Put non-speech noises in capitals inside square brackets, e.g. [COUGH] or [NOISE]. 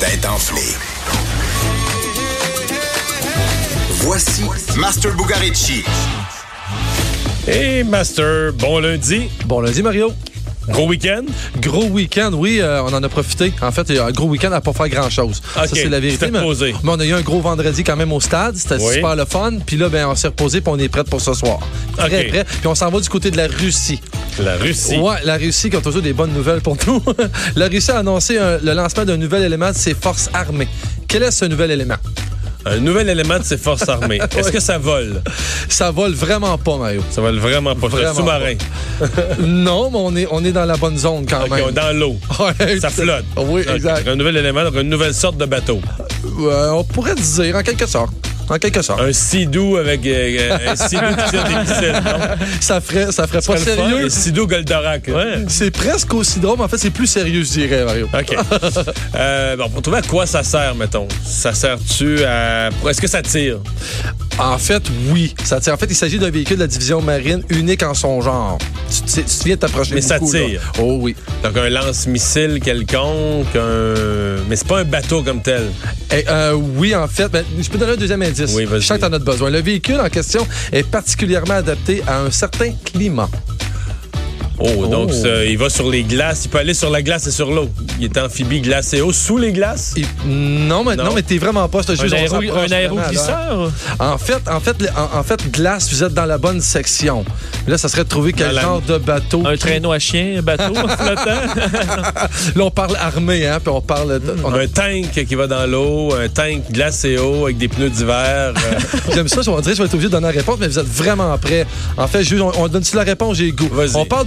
tête enflée. Voici Master Bugarici. Hey Master, bon lundi. Bon lundi, Mario. Gros week-end. Gros week-end, oui, euh, on en a profité. En fait, il y a un gros week-end à pas faire grand-chose. Ok, Ça, c'est la tu vérité. t'es Mais, reposé. mais on a eu un gros vendredi quand même au stade. C'était Oui. super le fun. Puis là, ben, on s'est reposé puis on est prêt pour ce soir. Très Ok. prêt. Puis on s'en va du côté de la Russie. La Russie. Ouais, la Russie qui a toujours des bonnes nouvelles pour nous. [LAUGHS] la Russie a annoncé un- le lancement d'un nouvel élément de ses forces armées. Quel est ce nouvel élément? Un nouvel élément de ses forces [LAUGHS] armées. Est-ce que ça vole? Ça vole vraiment pas, [LAUGHS] Mario. Ça vole vraiment pas. C'est un Vraiment sous-marin. non, mais on est, on est dans la bonne zone quand Ok, même. Dans l'eau. [LAUGHS] Ouais, Ça flotte. Ah, Oui, Ok, exact. Un nouvel élément, donc une nouvelle sorte de bateau. Euh, on pourrait dire, en quelque sorte. En quelque sorte. Un sidou avec euh, euh, un sidou qui tire des missiles. non? Ça ferait, ça ferait pas Très le fun, Ah, sérieux. Un sidou Goldorak. Ouais. C'est presque aussi drôle, mais en fait, c'est plus sérieux, je dirais, Mario. OK. Euh, bon, pour trouver à quoi ça sert, mettons. Ça sert-tu à. Est-ce que ça tire? En fait, oui. Ça tire. En fait, il s'agit d'un véhicule de la division marine unique en son genre. Tu, tu- tu viens de t'approcher Mais ça beaucoup, là. tire. Oh oui. Donc, un lance-missile quelconque, un. Mais c'est pas un bateau comme tel. Et, euh, oui, en fait, ben, je peux donner un deuxième indice. Oui, vas-y. je sens que t'en as besoin. Le véhicule en question est particulièrement adapté à un certain climat. Oh, donc Oh. ça, il va sur les glaces. Il peut aller sur la glace et sur l'eau. Il est amphibie, glace et eau, sous les glaces. Et- non, mais, Non. non. mais t'es vraiment pas. c'est Un juste, on aéro, s'approche un aéro vraiment, là. glisseur? En fait, en fait, le- en, en fait, glace, vous êtes dans la bonne section. Là, ça serait de trouver quel la- genre de bateau. Un qui- traîneau à chien, un bateau flottant? Là, on parle armée, hein, puis on parle. de- on a- Un tank qui va dans l'eau, un tank glace et eau avec des pneus d'hiver. euh, J'aime ça, on dirait que je vais être obligé de donner la réponse, mais vous êtes vraiment prêts. En fait, juste, on, on donne-tu la réponse, j'ai le goût. Vas-y. On parle